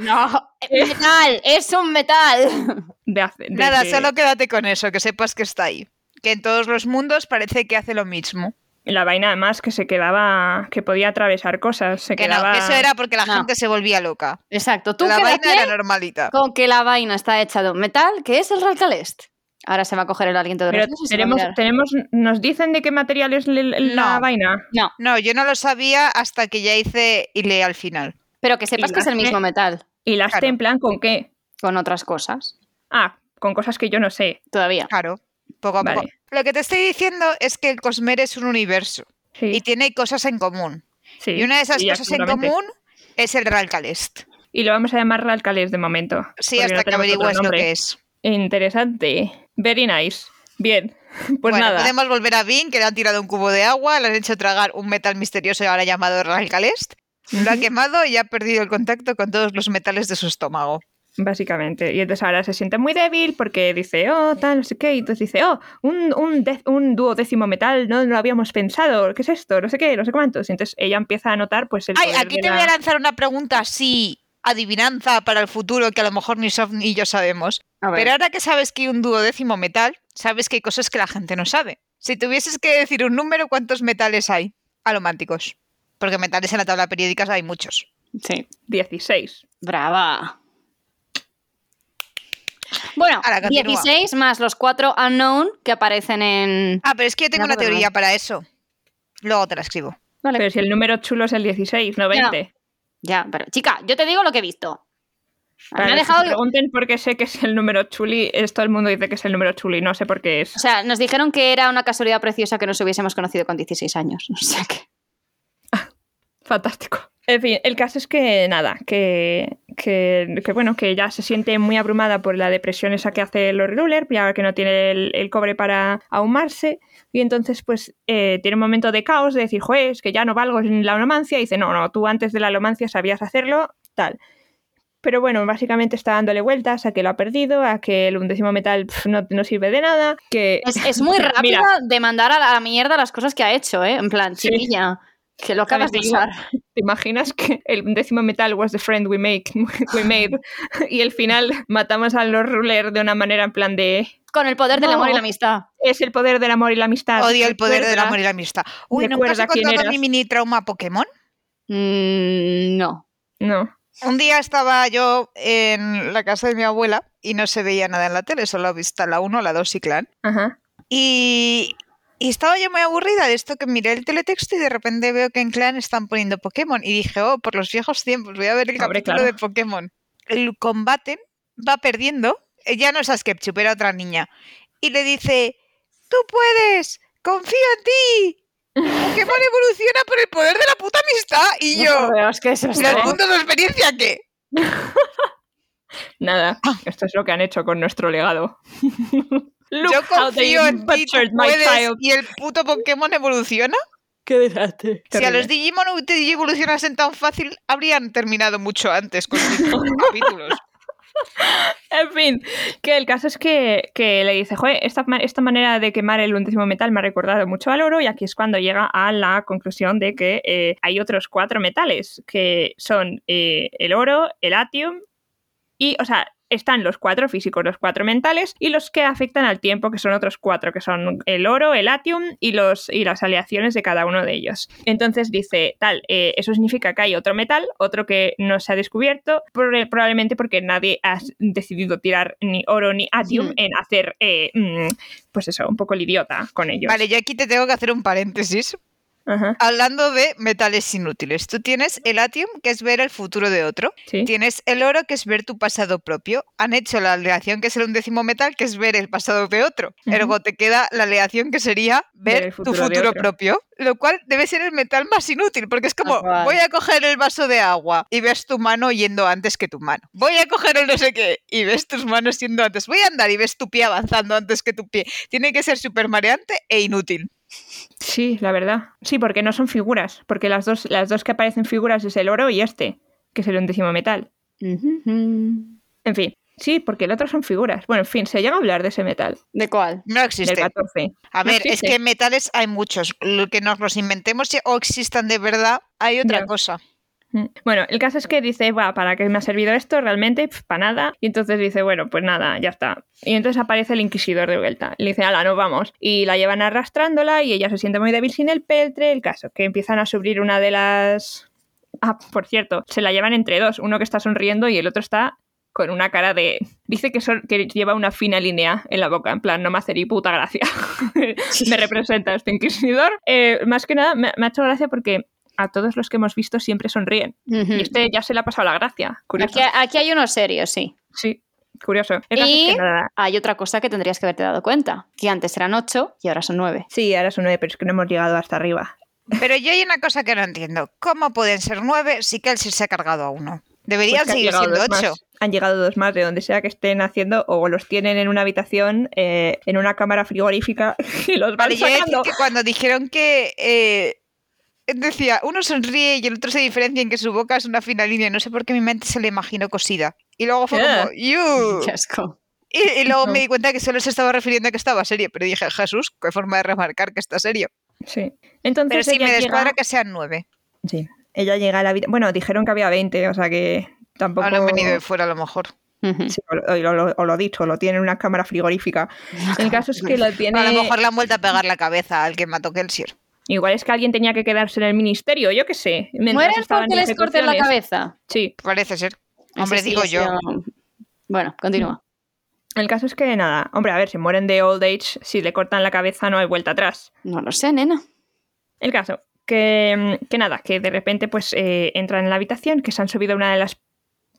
No, Eh, metal, es un metal. De ace- de- Nada, de- solo quédate con eso, que sepas que está ahí. Que en todos los mundos parece que hace lo mismo. La vaina además que se quedaba, que podía atravesar cosas, se Que no, quedaba... que eso era porque la No. gente se volvía loca. Exacto. Tú La quédate vaina era normalita. con que la vaina está hecha de un metal, que es el Ralcalest. Ahora se va a coger el aliento de Pero los dos y se va a tenemos, mirar. tenemos, nos dicen de qué material es le- la No. vaina. No, No, yo no lo sabía hasta que ya hice y leí al final. pero que sepas Y que es el las- mismo metal ¿Y las Claro. templan con qué? con otras cosas. Ah, con cosas que yo no sé. Todavía. Claro, poco a poco. Vale. Lo que te estoy diciendo es que el Cosmere es un universo y Sí, tiene cosas en común. sí. Y una de esas Sí, cosas en absolutamente. común es el Ralcalest. Y lo vamos a llamar Ralcalés de momento. Sí, porque hasta no que tenemos otro averigües lo nombre. que es. Interesante. Very nice. Bien. [LAUGHS] Pues bueno, nada. podemos volver a Vin, que le han tirado un cubo de agua, le han hecho tragar un metal misterioso ahora llamado Ralcalest. Lo ha Ujú. quemado y ha perdido el contacto con todos los metales de su estómago. [LAUGHS] Básicamente. Y entonces ahora se siente muy débil porque dice, oh, tal, no sé qué. Y entonces dice, oh, un, un, dec- un duodécimo metal, no lo habíamos pensado. ¿Qué es esto? No sé qué, no sé cuántos. Y entonces ella empieza a notar, pues, el. Ay, poder aquí de te la- voy a lanzar una pregunta así, adivinanza para el futuro, que a lo mejor ni Sof ni yo sabemos. A ver. Pero ahora que sabes que hay un duodécimo metal, sabes que hay cosas que la gente no sabe. Si tuvieses que decir un número, ¿cuántos metales hay? Alománticos. Porque metales en la tabla periódica hay muchos. Sí. 16. Brava. Bueno, Ahora, continúa. 16 más los 4 unknown que aparecen en... Ah, pero es que yo tengo No, una porque no. teoría para eso. Luego te la escribo. Vale. Pero si el número chulo es el 16, no 20. Ya, pero chica, yo te digo lo que he visto. Para me ha los que dejado... se pregunten por qué sé que es el número chuli. Es, todo el mundo dice que es el número chuli. No sé por qué es. O sea, nos dijeron que era una casualidad preciosa que nos hubiésemos conocido con 16 años. [LAUGHS] O sea que... Fantástico. En fin, el caso es que nada, que, que, que, bueno, que ya se siente muy abrumada por la depresión esa que hace Lord Ruler, ya que no tiene el, el cobre para ahumarse, y entonces pues eh, tiene un momento de caos de decir, joder, es que ya no valgo en la alomancia, y dice, no, no, tú antes de la alomancia sabías hacerlo, tal. Pero bueno, básicamente está dándole vueltas a que lo ha perdido, a que el undécimo metal pf, no, no sirve de nada, que... Es, es muy Mira. rápido de mandar a la mierda las cosas que ha hecho, ¿eh? En plan, Sí. chiquilla, que lo acabas de Te digo. usar. ¿Te imaginas que el décimo metal was the friend we, make, [LAUGHS] we made? Y el final matamos a los ruler de una manera en plan de... Con el poder del No. amor y la amistad. Es el poder del amor y la amistad. Odio el poder del Recuerda- amor y la amistad. Uy, ¿nunca has Ah, recuerda quién encontrado eras. mi mini trauma Pokémon? Mm, no. No. Un día estaba yo en la casa de mi abuela y no se veía nada en la tele, solo vista la 1, la 2 y clan. Ajá. Y, y estaba yo muy aburrida de esto que miré el teletexto y de repente veo que en clan están poniendo Pokémon. Y dije, oh, por los viejos tiempos, voy a ver el Hombre, capítulo claro. de Pokémon. El combate va perdiendo, eh, ya no es a Skepchup, era otra niña. Y le dice, tú puedes, confío en ti. [LAUGHS] Pokémon evoluciona por el poder de la puta amistad. Y yo, que es ¿los puntos de experiencia qué? Nada. Esto es lo que han hecho con nuestro legado. Look Ah. Yo how they confío en ti, tú butchered my puedes, child. y el puto Pokémon evoluciona. Qué desasante. Si a Terrible. los Digimon te evolucionasen tan fácil, habrían terminado mucho antes con sus capítulos. [LAUGHS] En fin, que el caso es que, que le dice, joder, esta, ma- esta manera de quemar el undécimo metal me ha recordado mucho al oro y aquí es cuando llega a la conclusión de que eh, hay otros cuatro metales que son eh, el oro, el atium y, o sea, están los cuatro físicos, los cuatro mentales y los que afectan al tiempo, que son otros cuatro, que son el oro, el atium y, los, y las aleaciones de cada uno de ellos. Entonces dice, tal, eh, eso significa que hay otro metal, otro que no se ha descubierto, prob- probablemente porque nadie ha s- decidido tirar ni oro ni atium Ujú. en hacer, eh, mm, pues eso, un poco el idiota con ellos. Vale, yo aquí te tengo que hacer un paréntesis. Ajá, Hablando de metales inútiles, tú tienes el atium, que es ver el futuro de otro. sí. Tienes el oro, que es ver tu pasado propio. Han hecho la aleación, que es el undécimo metal, que es ver el pasado de otro. Ujú. Ergo, te queda la aleación, que sería ver, Ver el tu futuro de futuro otro. propio. Lo cual debe ser el metal más inútil, porque es como, Tal cual. voy a coger el vaso de agua y ves tu mano yendo antes que tu mano. Voy a coger el no sé qué y ves tus manos yendo antes. Voy a andar y ves tu pie avanzando antes que tu pie. Tiene que ser súper mareante e inútil. Sí, la verdad. Sí, porque no son figuras. Porque las dos, las dos que aparecen figuras es el oro y este, que es el undécimo metal. ¿De En fin. Sí, porque el otro son figuras. Bueno, en fin, se llega a hablar de ese metal. cuál? No Del existe. 14. A No ver, es existe. que metales hay muchos. Lo que nos los inventemos o existan de verdad, hay otra Ya. cosa. Mm. Bueno, el caso es que dice, va, ¿para qué me ha servido esto? Realmente, para nada. Y entonces dice, bueno, pues nada, ya está. Y entonces aparece el inquisidor de vuelta. Le dice, ala, nos vamos. Y la llevan arrastrándola y ella se siente muy débil sin el peltre. El caso, que empiezan a subir una de las... Ah, por cierto, se la llevan entre dos. Uno que está sonriendo y el otro está con una cara de... Dice que, son- que lleva una fina línea en la boca. En plan, no me hace ni puta gracia. [LAUGHS] me representa este inquisidor. Eh, más que nada, me- me ha hecho gracia porque... A todos los que hemos visto siempre sonríen. Y este ya se le ha pasado la gracia. Curioso. Aquí, aquí hay uno serio, sí. Sí, curioso. El caso Y- es que nada- Hay otra cosa que tendrías que haberte dado cuenta, que antes eran ocho y ahora son nueve. Sí, ahora son nueve, pero es que no hemos llegado hasta arriba. Pero yo hay una cosa que no entiendo. ¿Cómo pueden ser nueve si Kelsey se ha cargado a uno? Pues Deberían que han seguir llegado siendo dos ocho. más. Han llegado dos más de donde sea que estén haciendo, o los tienen en una habitación, eh, en una cámara frigorífica, [LAUGHS] y los van Vale, yo he de decir sacando. que cuando dijeron que... eh, decía, uno sonríe y el otro se diferencia en que su boca es una fina línea. No sé por qué mi mente se le imaginó cosida. Y luego fue Ah. como, "You". [LAUGHS] [LAUGHS] Qué asco. Y, y luego No. me di cuenta que solo se estaba refiriendo a que estaba serio. Pero dije, Jesús, qué forma de remarcar que está serio. Sí. Pero Entonces sí, ella me llega... descuadra que sean nueve. Sí. Ella llega a la habitación... Bueno, dijeron que había 20, o sea que tampoco... Ahora han venido de fuera a lo mejor. Ujú. Sí, o, o lo, o lo dicho, lo tienen en una cámara [LAUGHS] frigorífica. El caso es que lo tiene... A lo mejor le [LAUGHS] han vuelto a pegar la cabeza al que mató Kelsier. Igual es que alguien tenía que quedarse en el ministerio, yo qué sé. mientras Mueren estaban porque les corten la ejecuciones. cabeza. Sí, Parece ser. Eso Hombre, sí digo es yo. lo- Bueno, continúa. el caso es que nada. Hombre, a ver, si mueren de old age, si le cortan la cabeza no hay vuelta atrás. No lo sé, nena. El caso, que, que nada, que de repente pues eh, entran en la habitación, que se han subido a una de las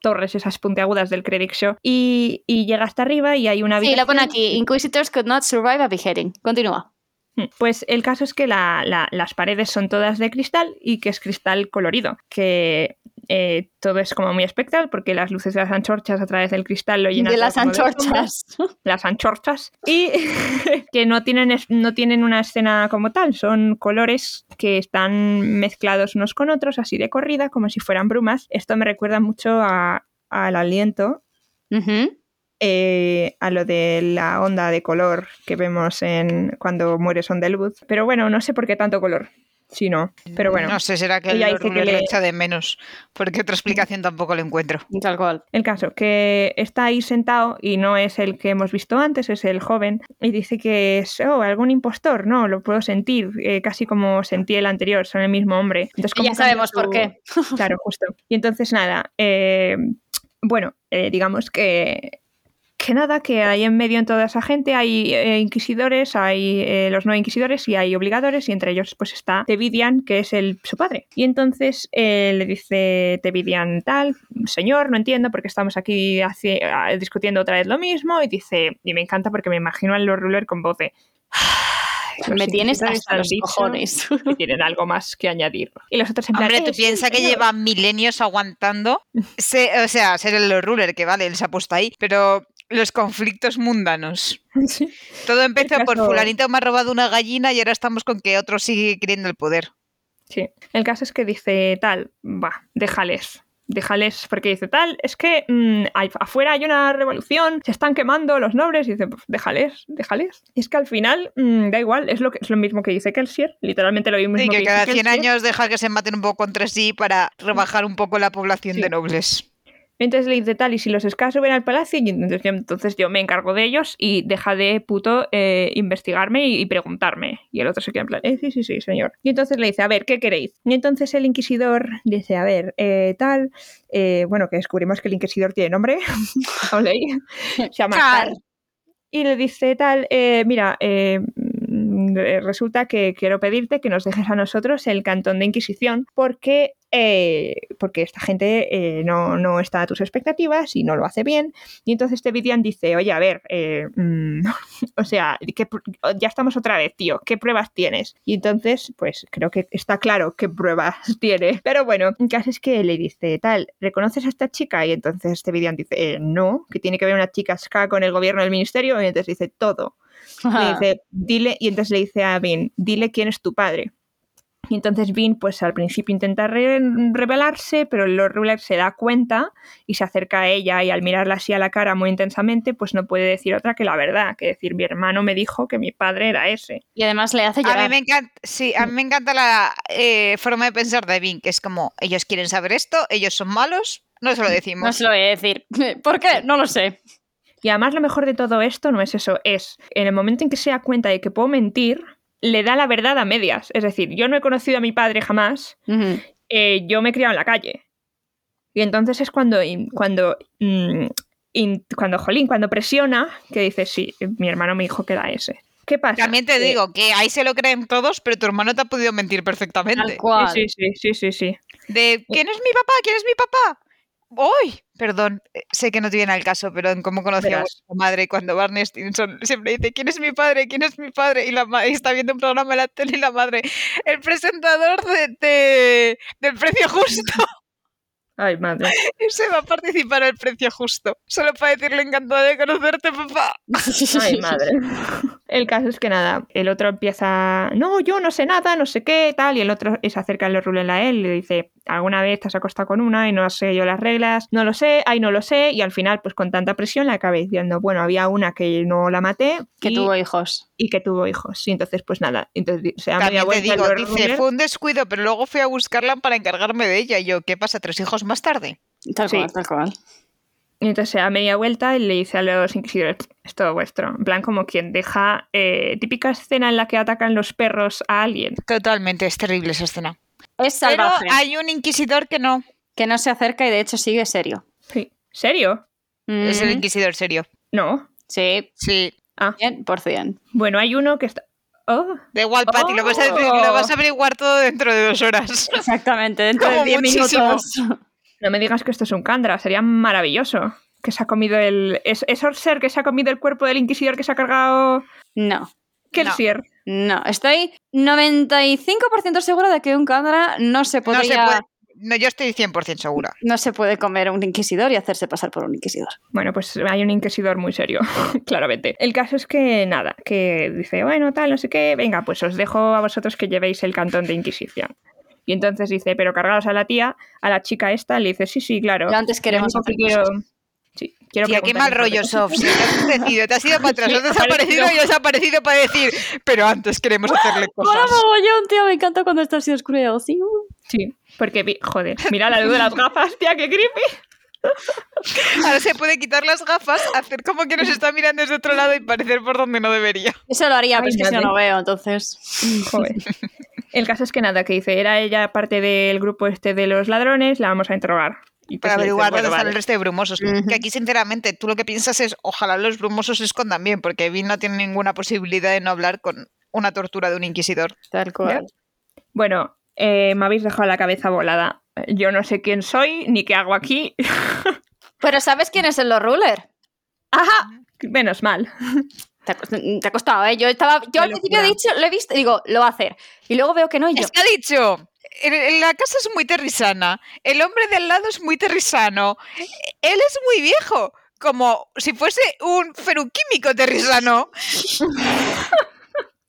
torres esas puntiagudas del Credit Show y, y llega hasta arriba y hay una Sí, habitación. la pone aquí. Inquisitors could not survive a beheading. Continúa. Hmm. Pues el caso es que la- la- las paredes son todas de cristal y que es cristal colorido, que eh, todo es como muy espectral porque las luces de las anchorchas a través del cristal lo llenan De todo las como sombras. anchorchas. las anchorchas y [LAUGHS] que no tienen, es- no tienen una escena como tal, son colores que están mezclados unos con otros, así de corrida, como si fueran brumas. Esto me recuerda mucho a- al aliento, Ujú. eh, a lo de la onda de color que vemos en cuando muere Son de Luz. Pero bueno, no sé por qué tanto color, si no. Pero bueno, No sé, será que el Ella dice Lord que le le- echa de menos. Porque otra explicación tampoco lo encuentro. Tal cual. El caso, que está ahí sentado y no es el que hemos visto antes, es el joven, y dice que es oh, algún impostor, no, lo puedo sentir, eh, casi como sentí el anterior, son el mismo hombre. Entonces, Y ¿cómo ya cambia sabemos por su- qué. [LAUGHS] Claro, justo. Y entonces, nada, eh, bueno, eh, digamos que, que nada, que ahí en medio en toda esa gente hay eh, inquisidores, hay eh, los no inquisidores y hay obligadores, y entre ellos pues está Tevidian, que es el, su padre. Y entonces eh, le dice Tevidian tal, señor, no entiendo porque estamos aquí haci- ah, discutiendo otra vez lo mismo, y dice, y me encanta porque me imagino al Lord Ruler con voz de... "Los Me tienes inquisidores hasta han los dicho cojones. [LAUGHS] que tienen algo más que añadir. Y los otros en plan, Hombre, "Eh, tú sí, piensas que señor". llevan milenios aguantando. Se- o sea, ser el Lord ruler, que vale, él se ha puesto ahí. Pero los conflictos mundanos. [LAUGHS] Sí. Todo empezó por caso- fulanito me ha robado una gallina y ahora estamos con que otro sigue queriendo el poder. Sí. El caso es que dice tal, va, déjales. Déjales, porque dice tal, es que mm, hay- afuera hay una revolución, se están quemando los nobles, y dice, "Pues, déjales, déjales. Y es que al final, mm, da igual, es lo, que, es lo mismo que dice Kelsier, literalmente lo mismo Y que dice cada 100 Kelsier. años deja que se maten un poco entre sí para rebajar un poco la población Sí. de nobles. Entonces le dice tal, y si los escas suben al palacio, y entonces, yo- entonces yo me encargo de ellos y deja de puto eh, investigarme y, y preguntarme. Y el otro se queda en plan, "Eh, sí, sí, sí, señor. Y entonces le dice, a ver, ¿qué queréis? Y entonces el inquisidor dice, a ver, eh, tal, eh, bueno, que descubrimos que el inquisidor tiene nombre, [LAUGHS] Ole ahí. [LAUGHS] se llama Car. Car. Y le dice tal, eh, mira, eh, mm, eh, resulta que quiero pedirte que nos dejes a nosotros el cantón de Inquisición porque, eh, porque esta gente eh, no, no está a tus expectativas y no lo hace bien. Y entonces Tevidian dice, oye, a ver, eh, mm, [LAUGHS] o sea, ¿qué pr- oh, ya estamos otra vez, tío, ¿qué pruebas tienes? Y entonces, pues creo que está claro qué pruebas [LAUGHS] tiene. Pero bueno, el caso es que le dice, tal, ¿reconoces a esta chica? Y entonces Tevidian dice, "Eh, no, que tiene que ver una chica ska con el gobierno del ministerio. Y entonces dice, todo. Le dice, dile, y entonces le dice a Vin, dile quién es tu padre. Y entonces Vin, pues al principio intenta re- rebelarse, pero Lord Ruler se da cuenta y se acerca a ella y al mirarla así a la cara muy intensamente, pues no puede decir otra que la verdad, que decir, mi hermano me dijo que mi padre era ese. Y además le hace A mí llorar. me encanta, sí, a mí me encanta la eh, forma de pensar de Vin, que es como, ellos quieren saber esto, ellos son malos, no se lo Mm, No decimos. se lo voy a decir. [LAUGHS] ¿Por qué? No lo sé. Y además lo mejor de todo esto no es eso, es en el momento en que se da cuenta de que puedo mentir, le da la verdad a medias. Es decir, yo no he conocido a mi padre jamás, Ujú. eh, yo me he criado en la calle. Y entonces es cuando, in- cuando, mm, in- cuando, jolín, cuando presiona, que dice, sí, mi hermano me dijo que era ese. ¿Qué pasa? También te Eh, digo que ahí se lo creen todos, pero tu hermano te ha podido mentir Tal perfectamente. cual. Sí, sí, sí, sí, sí, sí. De, ¿quién es mi papá? ¿Quién es mi papá? ¡Uy! Perdón, eh, sé que no te viene al caso, pero en cómo conocí a Verás. vuestra madre cuando Barney Stinson siempre dice ¿Quién es mi padre? ¿Quién es mi padre? Y la madre está viendo un programa en la tele y la madre, el presentador de, de- del precio justo. Ay, madre. Y se va a participar al precio justo. Solo para decirle encantado de conocerte, papá. [LAUGHS] [LAUGHS] Ay, madre. El caso es que nada, el otro empieza, no, yo no sé nada, no sé qué, tal, y el otro se acerca a los rulen a él y le dice, alguna vez te has acostado con una y no sé yo las reglas, no lo sé, ay, no lo sé, y al final, pues con tanta presión le acabé diciendo, bueno, había una que no la maté Que y- tuvo hijos. y que tuvo hijos. Y entonces, pues nada, entonces se da media También te vuelta digo, Lord dice, Ruler. fue un descuido, pero luego fui a buscarla para encargarme de ella. Y yo, ¿qué pasa? ¿Tres hijos más tarde? Tal Sí. cual, tal cual. Y entonces se da media vuelta y le dice a los inquisidores, es todo vuestro. En plan, como quien deja eh, típica escena en la que atacan los perros a alguien. Totalmente, es terrible esa escena. Es salvaje. Pero hay un inquisidor que no. Que no se acerca y de hecho sigue serio. Sí. ¿Serio? Es el Mm, inquisidor serio. No. Sí, Sí. 100%. Bueno, hay uno que está... Oh, Da igual, Patty, lo, vas a, Oh. lo vas a averiguar todo dentro de dos horas. Exactamente, dentro de Como 10 muchísimo. minutos. no me digas que esto es un Candra, sería maravilloso. Que se ha comido el... Es, es Orser que se ha comido el cuerpo del inquisidor que se ha cargado... No, Kelsier. no. Estoy 95% segura de que un cámara no se No, se podría... puede- no, yo estoy 100% segura. no se puede comer a un inquisidor y hacerse pasar por un inquisidor. Bueno, pues hay un inquisidor muy serio, [LAUGHS] claramente. El caso es que nada, que dice, bueno, tal, no sé qué, venga, pues os dejo a vosotros que llevéis el cantón de Inquisición. Y entonces dice, pero cargaos a la tía, a la chica esta, le dice, sí, sí, claro. Yo antes queremos Lo único que hacer cosas. quiero- Sí, quiero Tía, qué preguntar mal un par de rollo, cosas. Sof. Si te has decidido, te has ido para atrás, Sí, has desaparecido y has aparecido para decir, pero antes queremos hacerle Hola, cosas. mogollón, tío, me encanta cuando está así oscuro y hago así, uh. Sí, porque, vi- joder, mira la luz de las gafas, tía, qué [LAUGHS] creepy. Ahora se puede quitar las gafas, hacer como que nos está mirando desde otro lado y parecer por donde no debería. Eso lo haría, pero Ay, es que si no madre. lo veo, entonces. Joder. El caso es que nada, que dice, era ella parte del grupo este de los ladrones, la vamos a interrogar. Y Para entonces le dice, averiguar dónde "Bueno, están vale". el resto de brumosos. Ujú. Que aquí, sinceramente, tú lo que piensas es ojalá los brumosos se escondan bien, porque Vin no tiene ninguna posibilidad de no hablar con una tortura de un inquisidor. Tal cual. Bueno, eh, me habéis dejado la cabeza volada. Yo no sé quién soy ni qué hago aquí. [LAUGHS] Pero ¿sabes quién es el Lord Ruler? Ajá, menos mal. Te ha, cost- te ha costado, ¿eh? Yo estaba. Yo al Qué principio he locura. dicho, lo he visto, digo, lo va a hacer. Y luego veo que no, y yo. Es que ha dicho, "El- el- la casa es muy terrisana, el hombre de al lado es muy terrisano, él es muy viejo, como si fuese un feruquímico terrisano.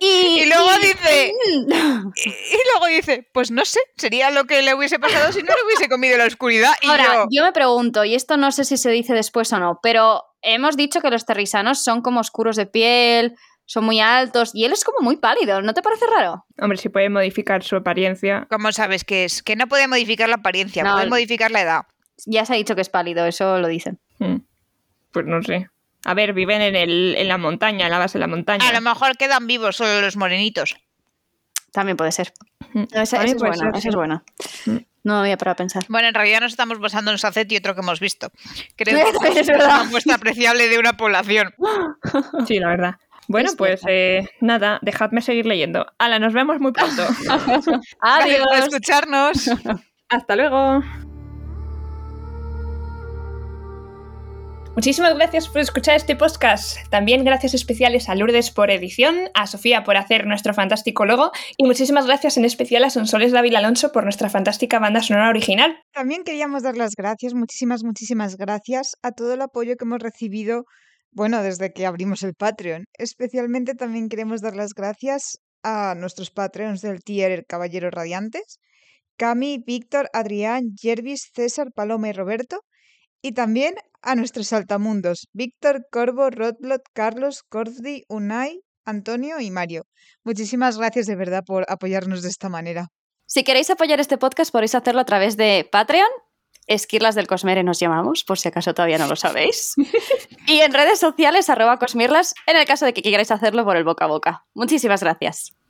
Y, Y luego [LAUGHS] y- dice- Mm. Y, y luego dice, pues no sé, sería lo que le hubiese pasado si no le hubiese comido la oscuridad. Y Ahora, yo, yo me pregunto, y esto no sé si se dice después o no, pero hemos dicho que los terrisanos son como oscuros de piel, son muy altos, y él es como muy pálido, ¿no te parece raro? Hombre, si puede modificar su apariencia. ¿cómo sabes que es? Que no puede modificar la apariencia, No, puede el- modificar la edad. Ya se ha dicho que es pálido, eso lo dicen. mm, Pues no sé. A ver, viven en, el, en la montaña, en la base de la montaña. A lo mejor quedan vivos solo los morenitos. También puede ser. Mm, Esa, esa también es puede buena, ser, esa sí. es buena. Mm. No lo había parado a pensar. Bueno, en realidad nos estamos basando en un sacet y otro que hemos visto. Creo [LAUGHS] Es que es verdad. una muestra apreciable de una población. Sí, la verdad. Bueno, Es pues cierto. eh, nada, dejadme seguir leyendo. Hala, nos vemos muy pronto. Gracias por [LAUGHS] Adiós. escucharnos. Hasta luego. Muchísimas gracias por escuchar este podcast. También gracias especiales a Lourdes por edición, a Sofía por hacer nuestro fantástico logo y muchísimas gracias en especial a Sonsoles David Alonso por nuestra fantástica banda sonora original. También queríamos dar las gracias, muchísimas, muchísimas gracias a todo el apoyo que hemos recibido, bueno, desde que abrimos el Patreon. Especialmente también queremos dar las gracias a nuestros Patreons del tier Caballeros Radiantes, Cami, Víctor, Adrián, Jervis, César, Paloma y Roberto. Y también a nuestros saltamundos, Víctor, Corvo, Rodlot, Carlos, Cordi, Unai, Antonio y Mario. Muchísimas gracias de verdad por apoyarnos de esta manera. Si queréis apoyar este podcast, podéis hacerlo a través de Patreon. Esquirlas del Cosmere nos llamamos, por si acaso todavía no lo sabéis. Y en redes sociales, arroba Cosmirlas, en el caso de que queráis hacerlo por el boca a boca. Muchísimas gracias.